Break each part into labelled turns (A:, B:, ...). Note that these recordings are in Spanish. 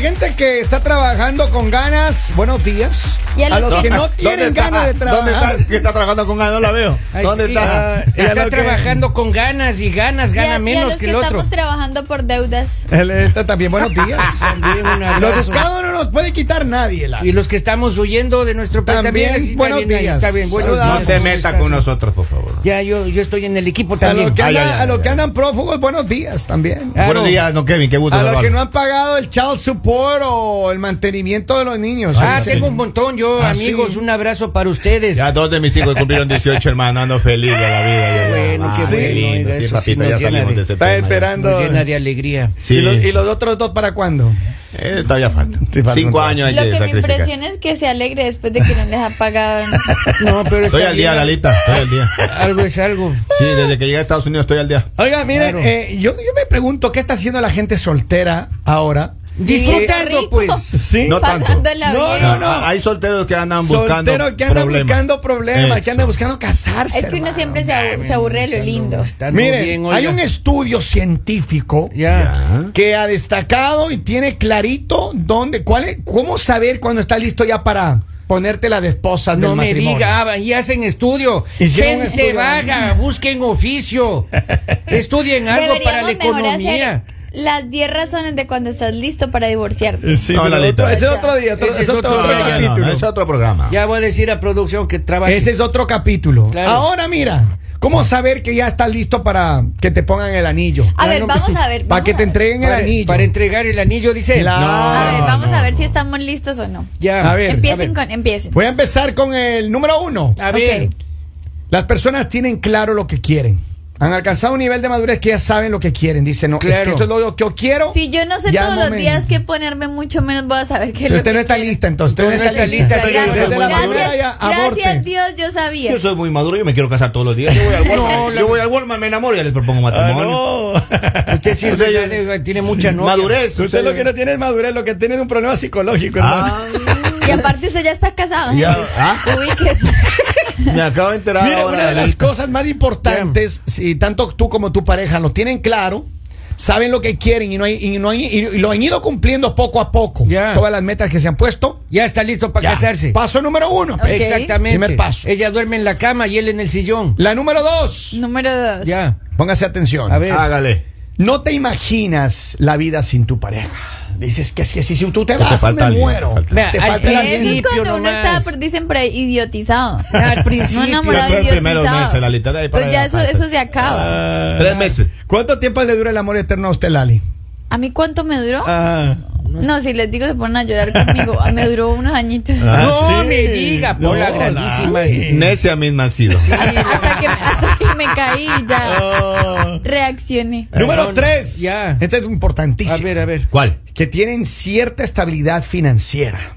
A: gente que está trabajando con ganas, buenos días.
B: Y a
A: a
B: los
A: los
B: que-
A: que no tienen ganas de
C: ¿Dónde
A: trabajar.
C: está? Que está trabajando con ganas, no la veo.
D: Ay,
C: ¿Dónde
D: sí,
C: está?
D: ya.
C: Ella
D: Está
C: lo que-
D: trabajando con ganas y ganas,
B: Y a- y
D: gana
B: a
D: menos
B: los
D: que
B: que,
D: el otro.
B: estamos trabajando por deudas.
A: Él está también, buenos días.
D: También Ah, un
A: Lo
D: abrazo.
A: educado no nos puede quitar nadie. la-
D: Y los que estamos huyendo de nuestro país
A: También,
D: también. así está
A: buenos
D: bien ahí,
A: días.
D: Está bien, buenos
A: Saludos.
C: No
D: días.
C: se
D: ¿cómo
C: meta
D: estás?
C: con nosotros, por favor.
D: Ya, yo, yo estoy en el equipo
A: A los
D: también.
A: que,
C: Ay,
A: andan-
C: ay, ay,
A: a los
C: ay,
A: que
C: ay.
A: andan prófugos, buenos días también.
D: Claro.
C: Buenos días, don Kevin, qué gusto.
A: A los que
C: saludarlo.
A: no han pagado el child support o el mantenimiento de los niños.
D: Ah,
A: Ahí se-
D: tengo un montón yo,
A: Ah,
D: amigos.
A: sí.
D: Un abrazo para ustedes.
C: Ya dos de mis hijos cumplieron 18, hermano. Ando feliz de la vida. yo.
D: Bueno,
C: Ah,
D: qué
C: sí,
D: bueno,
C: lindo,
D: oiga,
C: sí,
D: eso sí
C: papito,
D: nos
C: ya
D: llena
C: salimos
D: de-
C: de ese
A: Está
C: tema, ya.
A: esperando.
D: Nos llena de alegría.
C: Sí.
A: ¿Y, los, y los otros dos para cuándo?
C: Eh, todavía falta.
A: Sí, falta
C: Cinco
A: un-
C: años hay
B: Lo
C: que,
B: que me
C: sacrificar.
B: impresiona es que se alegre después de que no les ha pagado. ¿no?
D: No, pero
C: Estoy
D: está
C: al día,
D: bien.
C: Lalita. Estoy al día.
D: Algo es algo.
C: Sí, desde que llegué a Estados Unidos estoy al día.
A: Oiga, miren,
D: Claro.
A: eh, yo, yo me pregunto, ¿qué está haciendo la gente soltera ahora?
D: Disfrutando,
B: rico.
D: pues.
A: Sí.
C: No tanto.
B: Pasándola
A: No,
B: bien.
A: no, no.
C: Hay solteros que andan buscando.
A: Solteros que andan
C: problemas.
A: buscando problemas, que andan
C: Eso.
A: buscando casarse.
B: Es que uno
A: hermano.
B: siempre se, abu- se aburre de lo lindo.
D: Estando
A: Miren,
D: bien,
A: hay
D: oiga.
A: un estudio científico
D: Ya.
A: que ha destacado y tiene clarito dónde, cuál es- cómo saber cuando está listo ya para ponerte la de esposa del
D: No me
A: matrimonio.
D: diga, ah, y hacen estudio.
A: Hicieron un
D: Gente
A: estudio. ah.
D: vaga, busquen oficio. Estudien algo para la
B: Deberíamos mejor hacer
D: economía.
B: las 10 razones de cuando estás listo para divorciarte.
A: Sí,
C: No,
A: pero
C: Lalita. eh.
A: otro- ese es otro día, otro-
D: Ese es
A: es otro,
D: otro
A: otro
D: día.
C: No, no,
A: capítulo.
C: no, es otro programa.
D: Ya voy a decir a producción que trabaje.
A: Ese es otro capítulo.
D: Claro. Ah.
A: Ahora mira, ¿cómo saber que ya estás listo para que te pongan el anillo?
B: A ver,
D: Claro que-
B: vamos a ver.
A: Para
B: vamos
A: que
B: a
A: te
B: ver.
A: entreguen el
D: para,
A: anillo.
D: para entregar el anillo, dice.
A: Claro.
B: A ver,
C: No,
B: vamos
C: no,
B: a ver
C: no.
B: si estamos listos o no.
D: Ya.
A: Ah, A ver,
B: empiecen
D: a ver.
B: con, empiecen.
A: Voy a empezar con el número uno.
D: A ver.
B: Ok.
A: Las personas tienen claro lo que quieren. Han alcanzado un nivel de madurez que ya saben lo que quieren. Dicen, no, es
D: Claro.
A: que esto es lo que yo quiero.
B: Si yo no sé
A: ya
B: todos
A: al
B: los
A: momento.
B: días qué ponerme, mucho menos voy a saber qué es
A: Si
B: lo
A: usted
B: que
A: no está
B: quiero.
A: lista, entonces. usted
D: Entonces no está lista,
A: Desde
D: sí,
B: Gracias,
D: no
A: la
D: está
A: madurez
B: gracias,
A: ya, aborte.
B: gracias Dios, yo sabía.
C: Yo soy muy maduro, yo me quiero casar todos los días. Yo voy al Walmart, yo voy al Walmart, me enamoro y ya les propongo
A: Ah,
C: matrimonio.
D: Usted sí
C: Usted
D: usted
C: ya-
D: ya tiene mucha novia.
C: Madurez.
A: Usted lo que no tiene es madurez, lo que tiene es un problema psicológico. hermano.
C: Ah,
B: Y aparte usted ya está casado.
C: Ya,
B: gente.
C: ¿ah?
B: Ubíquese.
C: me acabo de enterar
A: Mira,
C: ahora
A: una de
C: del-
A: las cosas más importantes, si tanto tú como tu pareja lo tienen claro, saben lo que quieren y, no hay- y no hay- y lo han ido cumpliendo poco a poco.
D: Ya.
A: Todas las metas que se han puesto.
D: Ya está listo para
C: Ya.
D: casarse.
A: Paso número uno.
B: Ok.
D: Exactamente.
A: Primer paso.
D: Ella duerme en la cama y él en el sillón.
A: La número dos.
B: Número dos.
D: Ya.
A: Póngase atención.
D: A ver.
C: Hágale.
A: No te imaginas la vida sin tu pareja. Dices que es que si, si tú te
C: Que te
A: vas,
C: falta
A: me
C: alguien,
A: muero.
C: te falta
D: Vea,
A: Te
D: al
A: falta
B: Eso
A: la
D: principio
B: es cuando uno
D: nomás.
B: está, por- dicen por ahí, idiotizado.
D: Al principio.
B: No enamorado,
C: Yo creo que primero
B: idiotizado.
C: meses, la lista de ahí para
B: Pues ya eso,
C: adelante.
B: eso se acaba.
C: Tres meses.
A: ¿Cuánto tiempo le dura el amor eterno a usted, Lali?
B: ¿A mí cuánto me duró?
C: Ah,
B: No, si les digo se ponen a llorar conmigo. Ah, Me duró unos añitos.
C: Ah,
D: no
C: sí.
D: me diga, por la
C: No,
D: grandísima.
C: Ay. Necia misma ha sido.
B: hasta, que, hasta que me caí ya.
C: Ah.
B: Reaccioné.
A: Número
D: Perdón,
A: tres.
D: ya.
A: Este es importantísimo.
D: A ver, a ver.
C: ¿Cuál?
A: Que tienen cierta estabilidad financiera.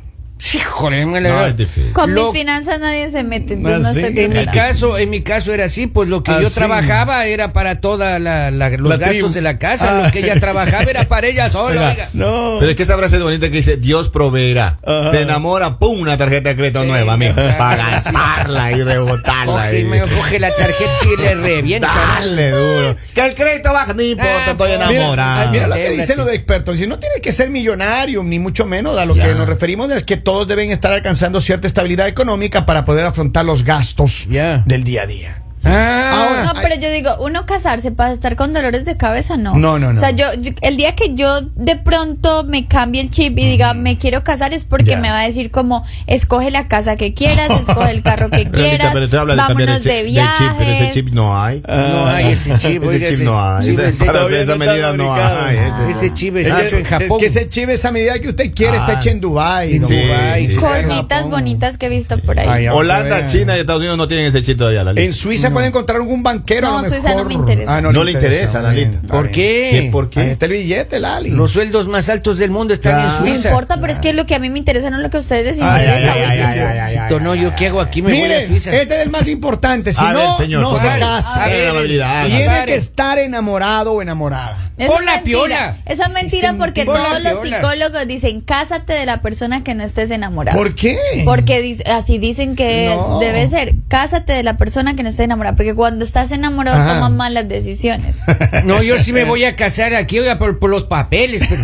D: Híjole, me la
C: No, es difícil.
B: Con
D: Lo-
B: mis finanzas nadie se mete, entonces no
A: Ah, sí.
B: estoy
D: En mi
B: preparada.
D: caso, en mi caso era así, pues lo que yo
A: Así.
D: trabajaba era para toda la, la- los
A: La
D: gastos
A: tribu.
D: de la casa, lo que ella trabajaba era para ella sola. oiga.
A: No.
C: Pero es que esa frase es bonita que dice Dios proveerá.
A: Ajá.
C: Se enamora, pum, una tarjeta de crédito
D: Sí,
C: nueva, amigo.
D: claro,
C: Para
D: sí.
C: gastarla y rebotarla.
D: Coge, y
C: ahí.
D: me coge la tarjeta y le revienta.
C: Dale duro. Que el crédito baja, no importa,
D: Ah,
C: estoy
D: mira,
C: enamorado.
A: Mira, mira lo que
D: Enamorado.
A: dicen los expertos. Dice, no tiene que ser millonario, ni mucho menos. A lo
C: Ya.
A: que nos referimos es que todos deben estar alcanzando cierta estabilidad económica para poder afrontar los gastos
D: Ya.
A: del día a día.
D: Ah,
B: No, pero yo digo, uno casarse para estar con dolores de cabeza, no.
A: No, no, no.
B: O sea, yo, yo- el día que yo de pronto me cambie el chip y
C: Mm.
B: diga, me quiero casar, es porque
A: Ya.
B: me va a decir como, escoge la casa que quieras, escoge el carro que
C: Lolita,
B: quieras,
C: pero usted habla de cambiar el
B: vámonos
C: chip,
B: de
C: del chip, pero ese
B: viaje.
C: chip no hay.
D: no hay ese chip,
C: Ese
D: oiga,
C: chip
D: ese
C: no hay.
D: chip
C: Ese-
D: ese-
C: para
D: todavía
C: esa
D: no
C: medida no hay. eh, Ese-
D: ese chivo es
A: Es
D: hecho
A: que,
D: en Japón.
A: es que ese chive, esa medida que usted quiere, está
C: Ah.
A: hecha en Dubái.
D: En
A: don
D: Dubái,
A: Juan.
D: sí.
B: Cositas
D: Japón.
B: bonitas que he visto por ahí.
A: Ay, ay.
C: Holanda, China y Estados Unidos no tienen ese chip todavía, Lalita.
A: En Suiza puede encontrar un banquero.
B: No,
A: a lo
B: Suiza no
A: mejor. Ah,
B: me interesa.
C: No le interesa,
A: bueno,
C: Lalita.
A: está
D: ¿Por
A: bien.
D: qué?
C: ¿Qué por
A: Ahí está el billete, Lali.
D: Los sueldos más altos del mundo están
C: Claro.
D: en
B: no
D: Suiza.
B: importa, pero es que lo que a mí me interesa no es lo que ustedes deciden.
C: Ay,
B: ustedes
C: ay, ay,
B: saben.
C: ay, ay, ay, ay,
D: No, yo qué hago aquí, me voy a
A: Miren,
D: Suiza.
A: este es el más importante. Si
C: A
A: no,
C: ver, señor,
A: no
C: ¿cuál?
A: se
D: A
A: casa.
D: ver,
C: Tiene la habilidad.
D: el-
A: Tiene
D: Pare.
A: que estar enamorado o enamorada.
B: Esa
D: Hola,
B: mentira.
D: piola.
B: Esa es mentira
A: sin-
B: porque
D: Hola,
B: todos los
D: piola.
B: psicólogos dicen, cásate de la persona que no estés enamorado.
A: ¿Por qué?
B: Porque dice- así dicen que
A: No.
B: debe ser, cásate de la persona que no estés enamorada, porque cuando estás enamorado
A: Ajá.
B: tomas malas decisiones.
D: No, yo sí me voy a casar aquí, oiga, por, por los papeles. pero-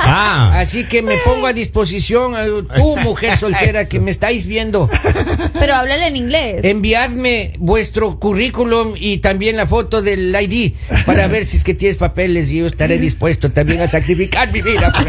C: Ah.
D: Así que me pongo a disposición, eh, tú, mujer soltera que me estáis viendo.
B: Pero háblale en inglés.
D: Em, Enviadme vuestro currículum y también la foto del ID para ver si es que tienes papeles y yo estaré dispuesto también a sacrificar mi vida por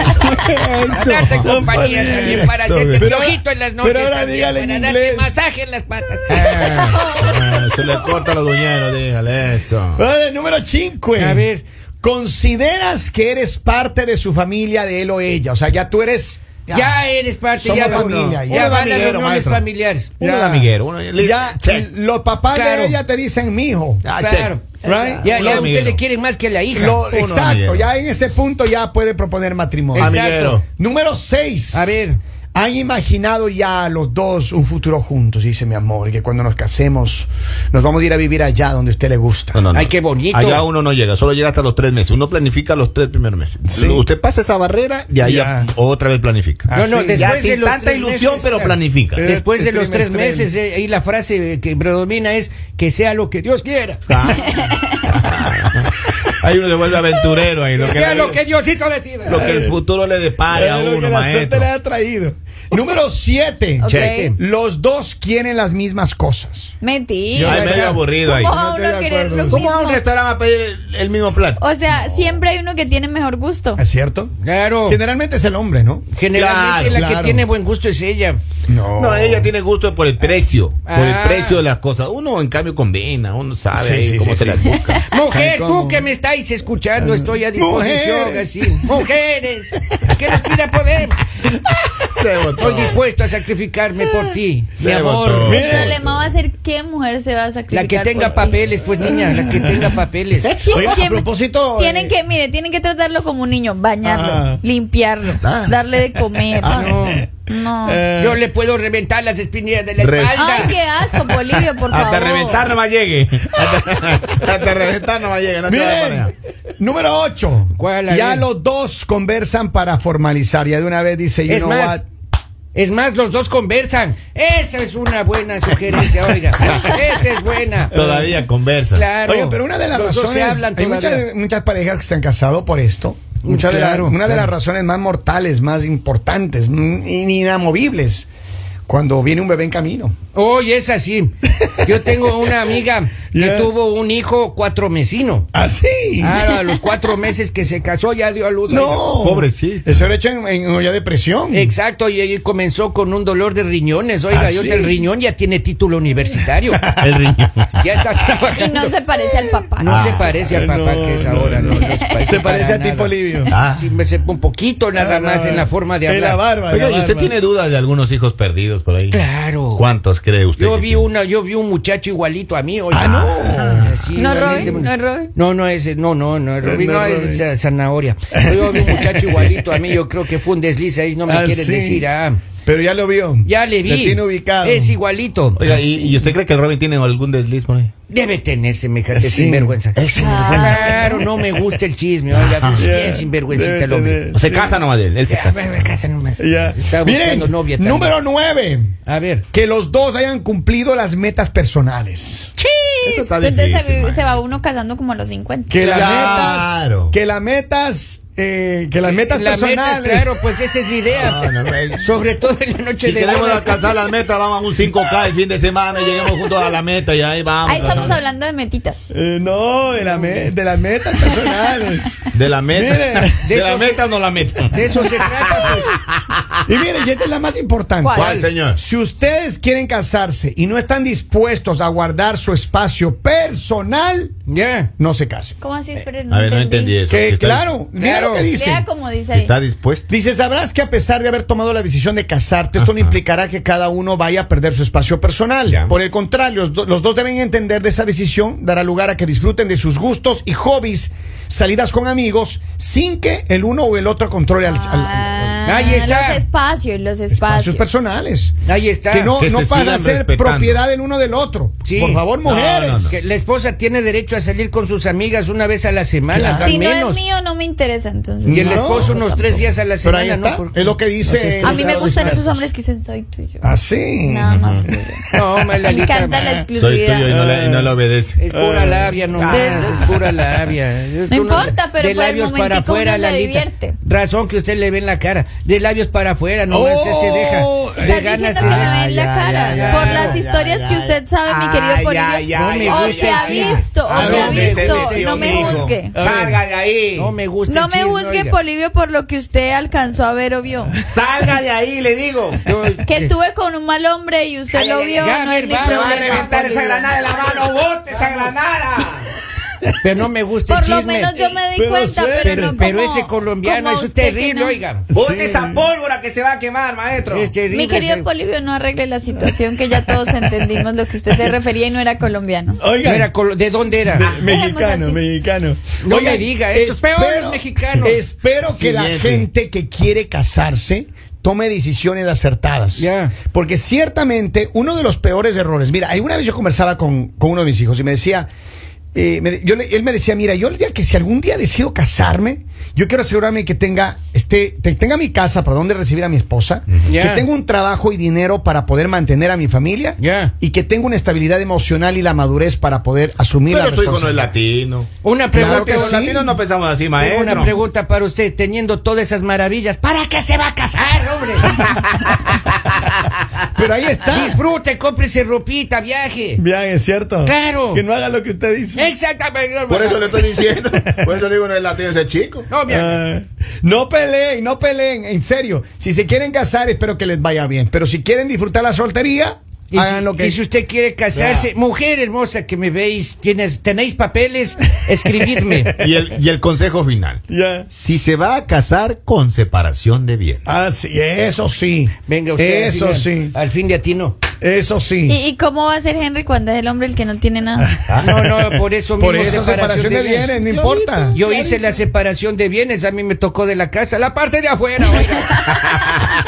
D: eso. Darte compañía también para
A: Eso,
D: hacerte
A: pero-
D: piojito en las
A: pero
D: noches
A: ahora
D: también,
A: dígale en
D: para darte
A: inglés.
D: masaje en las patas.
C: Ah, Se le corta a los dueñeros, dígale eso.
A: Vale, número 5.
D: A ver.
A: ¿Consideras que eres parte de su familia, de él o ella? O sea, ya tú eres.
D: Ya eres parte,
A: Somos
D: ya, va- ya
A: familia, ya.
C: Uno de
D: van las
C: amiguero,
D: reuniones
C: maestro.
D: familiares.
C: Uno de amiguero, uno de-
A: Ya,
C: Check.
A: los papás
D: Claro.
A: de ella te dicen mijo.
C: Ah,
D: Claro.
C: check.
D: Ya,
A: Right?
C: Uno
D: ya a usted
C: amiguero.
D: le quieren más que a la hija.
A: Lo-
C: uno
A: Oh, exacto,
C: amiguero.
A: ya en ese punto ya puede proponer matrimonio.
D: Exacto.
C: Amiguero.
A: Número 6.
D: A ver.
A: Han imaginado ya los dos un futuro juntos, dice mi amor, que cuando nos casemos nos vamos a ir a vivir allá donde a usted le gusta.
C: No, no, no.
D: Ay, qué bonito.
C: Allá uno no llega, solo llega hasta los tres meses. Uno planifica los tres primeros meses.
A: Sí.
C: Usted pasa esa barrera y ahí
A: Ya.
C: otra vez planifica.
D: No, no,
A: Así,
D: después
C: Ah, ya
D: de
C: sin
D: los
C: tanta
D: tres
C: ilusión,
D: meses,
C: pero
D: claro.
C: planifica. Este
D: Después de los tres
A: Trimestral.
D: meses, eh, ahí la frase que predomina es que sea lo que Dios quiera.
C: Ah, Ahí uno se vuelve aventurero ahí. Lo
D: Que
C: que,
D: sea
C: la-
D: lo que Diosito decida.
C: lo que el futuro le depare a
A: Lo que
C: uno,
A: la suerte
C: maestro.
A: le ha traído. Número 7.
B: Ok.
C: cheque.
A: Los dos quieren las mismas cosas.
B: Mentira.
C: Ay, medio aburrido ahí.
B: ¿Cómo
A: No
B: va
A: estoy
B: uno a
A: de
B: querer
A: acuerdo.
B: lo
C: ¿Cómo va a un
B: mismo?
C: restaurante a pedir el, el mismo plato?
B: O sea, siempre hay uno que tiene mejor gusto.
A: ¿Es cierto?
D: Claro.
A: Generalmente es el hombre, ¿no?
D: Generalmente
C: Claro,
D: la que
A: claro.
D: tiene buen gusto es ella.
A: No.
C: No, ella tiene gusto por el precio, por
D: Ah.
C: el precio de las cosas. Uno, en cambio, combina, uno sabe
A: Sí,
C: ahí
A: sí,
C: cómo
A: sí,
C: se
A: sí.
C: las busca.
D: Mujer,
A: cómo?
D: tú que me estáis escuchando, estoy a disposición.
A: Mujeres.
D: Así. Mujeres, que nos pida poder. Estoy dispuesto a sacrificarme por ti, mi
C: Se
D: amor.
C: votó.
B: El problema va a ser qué mujer se va a sacrificar.
D: La que tenga
B: por ti.
D: papeles, pues niña, la que tenga papeles.
B: ¿Quién-
A: Oiga, a
B: quién-
A: propósito,
B: Tienen
A: eh,
B: que, mire, tienen que tratarlo como un niño, bañarlo,
A: Ah.
B: limpiarlo,
A: Ah.
B: darle de comer. No. no.
C: Eh,
D: Yo le puedo reventar las espinillas de la
C: Res-
D: espalda.
B: Ay, qué asco, Bolivio, por favor.
C: Hasta reventar nomás llegue. Hasta, hasta reventar nomás llegue. No te vayas para allá.
A: Miren, número 8.
D: ¿Cuál,
A: Ya
D: Ariel?
A: los dos conversan para formalizar. Ya de una vez dice, you
D: Es
A: know
D: más,
A: what?
D: es más, los dos conversan. Esa es una buena sugerencia, oiga. Esa es buena.
C: Todavía conversa.
D: Claro.
A: Oye, pero una de las
D: Los dos se
A: razones.
D: hablan
A: Hay
D: todavía. Mm,
A: muchas, muchas parejas que se han casado por esto. Muchas de la-
D: Claro,
A: una de
D: claro.
A: las razones más mortales, más importantes, mm, inamovibles. Cuando viene un bebé en camino.
D: Oye, es así. Yo tengo una amiga que
A: Yeah.
D: tuvo un hijo cuatro mesino.
A: Así.
D: Ah, a los cuatro meses que se casó ya dio a luz.
A: no.
D: oiga.
C: Pobrecita.
A: Eso era hecho en, en olla de presión.
D: Exacto, y ella comenzó con un dolor de riñones. Oiga,
A: ¿Ah,
D: yo
A: sí?
D: el riñón ya tiene título universitario.
C: El riñón.
D: ya está
B: Y
D: trabajando.
B: no se parece al papá.
D: No
C: Ah,
D: se parece
A: Eh,
D: al papá
C: no,
D: que es
C: no,
D: ahora.
C: no,
D: No,
C: no.
A: Se parece
D: para
A: a ti,
D: nada.
A: Polivio.
C: Ah.
D: Sí, me sé un poquito
A: Ah,
D: nada más en la forma de
A: En la
D: hablar.
A: barba. en
C: Oiga,
A: la
C: ¿y usted
A: barba.
C: tiene dudas de algunos hijos perdidos por ahí?
D: Claro.
C: ¿Cuántos cree usted?
D: Yo
C: que
D: vi
C: tiene?
D: una, yo vi un muchacho igualito a mí. oiga.
A: Ah, no.
D: Así,
B: No es
D: igualito.
B: Robin, no es Robin.
D: No, no ese, no, no, no es Robin,
A: Eh, No
D: no,
A: es
D: es
A: Robin.
D: esa zanahoria. Yo vi un muchacho igualito a mí, yo creo que fue un desliz ahí, no me
A: Ah,
D: quieres
A: sí.
D: decir. Ah,
A: Pero ya lo vio.
D: ya le vi.
A: Le tiene ubicado.
D: Es igualito.
C: Oiga, ¿y, y usted cree que el Robin tiene algún desliz por ahí?
D: Debe tener semejante
A: Sí.
D: sinvergüenza.
C: Es
D: Claro, no me gusta el chisme, oiga, pues, bien sinvergüencita el hombre.
C: Se casa nomás de él, él se
D: Ya,
C: casa.
D: me- me casa nomás.
A: Ya.
D: Se Está
A: Miren,
D: buscando novia también.
A: número 9.
D: A ver.
A: Que los dos hayan cumplido las metas personales.
C: Eso está
B: Entonces se
C: difícil,
B: vi- se,
C: man.
B: va uno casando como a los 50.
A: Que las
C: Claro.
A: metas. Que las metas. eh, que las metas
D: Las metas,
A: personales.
D: claro, pues esa es la idea.
C: No, no, no.
D: Sobre todo en la noche
C: Ah. Si
D: de
C: queremos
D: bodas.
C: alcanzar las metas, vamos a un 5K el fin de semana y lleguemos juntos a la meta y ahí vamos.
B: Ahí Ah, estamos hablando de metitas.
A: Eh, no, de, la me- de las metas personales.
C: De la meta.
A: Mire,
C: de,
D: de
C: la
D: eso-
C: meta no la meta.
D: De eso se trata. pues.
A: y miren, y esta es la más importante.
B: ¿Cuál?
C: ¿Cuál, señor?
A: Si ustedes quieren casarse y no están dispuestos a guardar su espacio personal,
D: Ya.
A: no se casen.
B: ¿Cómo así? Espere,
C: A ver, no entendí eso.
A: Que,
C: Que está-
A: claro, mira
D: Claro.
A: lo que dice.
B: Vea como dice
C: que
B: ahí.
C: está dispuesto.
A: Dice, sabrás que a pesar de haber tomado la decisión de casarte, esto no
C: Ajá.
A: implicará que cada uno vaya a perder su espacio personal.
C: Ya.
A: Por el contrario, los, do- los dos deben entender de esa decisión, dará lugar a que disfruten de sus gustos y hobbies salidas con amigos, sin que el uno o el otro controle al- al- al-
B: Ah,
D: Ahí está.
B: Los espacios, los
A: a
B: espacios.
A: sus personales.
D: Ahí está.
A: Que no,
C: Que
A: no
C: se
A: pasa a
C: sigan
A: ser
C: respetando.
A: propiedad del uno del otro.
D: Sí.
A: Por favor,
C: No,
A: mujeres.
C: no, no.
D: Que la esposa tiene derecho a salir con sus amigas una vez a la semana, al
B: si no es
D: menos.
B: mío, no me interesa. Entonces,
D: y el
A: No,
D: esposo unos tres días a la
A: Pero ahí
D: semana,
A: está.
D: ¿no? Por-
A: es lo que
D: No se
A: dice.
D: estresa.
B: a mí me
D: los
B: gustan
D: brazos.
B: esos hombres que dicen soy tuyo.
A: Así.
B: Nada más tuyo.
D: No,
B: Me
D: Malalita,
B: encanta la
D: ma.
C: Soy tuyo y
B: exclusividad.
C: no le, y no le obedece.
D: Es pura
A: Ah.
D: labia nomás,
B: Usted-
D: es pura labia. Es
B: No
D: que uno
B: importa, pero
D: De
B: por el
D: labios
B: momentico
D: para afuera,
B: uno
D: la
B: la divierte.
D: Razón que usted le ve en la cara. De labios para afuera, no
A: Oh,
D: usted se deja.
B: Estás
D: De ganas
B: diciendo que me ven la
D: Ah, Ya,
B: cara
D: ya, ya,
B: por
D: ya. Ah,
B: las historias que usted sabe, mi querido
E: Ay,
B: Polivio.
E: ay, ay,
D: No me
B: o
D: gusta
B: que
D: el
B: ha
D: chisme.
B: visto,
D: ¿A
B: o que ha
D: dónde se
B: visto.
D: metió
B: No me
D: mi hijo?
B: juzgue.
D: A ver.
E: Salga de ahí.
D: No me gusta.
B: No
D: el
B: me
D: chisme,
B: juzgue,
D: oiga.
B: Polivio, por lo que usted alcanzó a ver o vio.
E: Salga de ahí, le digo.
D: Yo-
B: Que estuve con un mal hombre y usted
D: Ay,
B: lo
D: ay,
B: vio,
D: ya,
B: no es mi
D: Bilbao,
E: Me va a
B: problema.
E: reventar esa granada de la mano. ¡Bote esa granada!
D: Pero no me gusta el
B: Por lo
D: chisme.
B: menos yo me di
A: Pero
B: cuenta,
A: suena.
B: pero
D: Pero,
B: no
D: pero
B: como-
D: ese colombiano,
B: como
D: eso es
B: usted que
D: terrible,
B: no.
D: oiga.
E: ¡Bote esa pólvora que se va a quemar, maestro!
D: Es terrible.
B: Mi querido
D: ese-
B: Polivio, no arregle la situación que ya todos entendimos lo que usted se refería y no era colombiano.
D: No era colo- ¿De dónde era?
B: Dejemos
A: Mexicano,
B: así.
A: mexicano.
D: No me diga, esto es peor, es mexicano.
A: Espero que la
D: Siguiente.
A: gente que quiere casarse tome decisiones acertadas.
D: Ya.
A: Porque ciertamente uno de los peores errores, mira, alguna vez yo conversaba con, con uno de mis hijos y me decía, eh, me de- yo le- él me decía, mira, yo el día que si algún día decido casarme, yo quiero asegurarme que tenga, este, te- tenga mi casa para donde recibir a mi esposa,
D: Ya.
A: que tenga un trabajo y dinero para poder mantener a mi familia
D: Ya.
A: y que tenga una estabilidad emocional y la madurez para poder asumir la
C: Pero su hijo no es
A: responsabilidad.
C: latino.
D: Una
A: Claro
D: pregunta.
A: que
C: Porque los
A: sí.
C: latinos no pensamos así,
D: Tengo
C: maestro.
D: una pregunta para usted, teniendo todas esas maravillas, ¿para qué se va a casar, hombre?
A: Pero ahí está.
D: Disfrute, cómprese ropita, viaje.
A: Bien, es cierto.
D: Claro. Eh,
A: Que no haga lo que usted dice.
D: Exactamente.
C: Por eso le estoy diciendo. Por eso le digo no es latino ese chico.
D: No, mira,
A: Ah, no peleen, no peleen, en serio. Si se quieren casar, espero que les vaya bien. Pero si quieren disfrutar la soltería,
D: Y
A: hagan
D: si,
A: lo que
D: y si usted quiere casarse, mujer hermosa que me veis, tienes, tenéis papeles, escribidme.
C: Y el, y el consejo final.
A: Ya.
C: Si se va a casar con separación de bienes.
A: Así, eso Ah, sí.
D: Venga usted.
A: Eso
D: digan,
A: sí.
D: Al fin de atino.
A: Eso
B: ¿Y,
A: sí.
B: y cómo va a ser Henry cuando es el hombre el que no tiene nada?
D: No, no, por eso mismo
A: Ah. Por eso separación de bienes, no importa.
D: Yo hice la separación de bienes, a mí me tocó de la casa, la parte de afuera, oiga.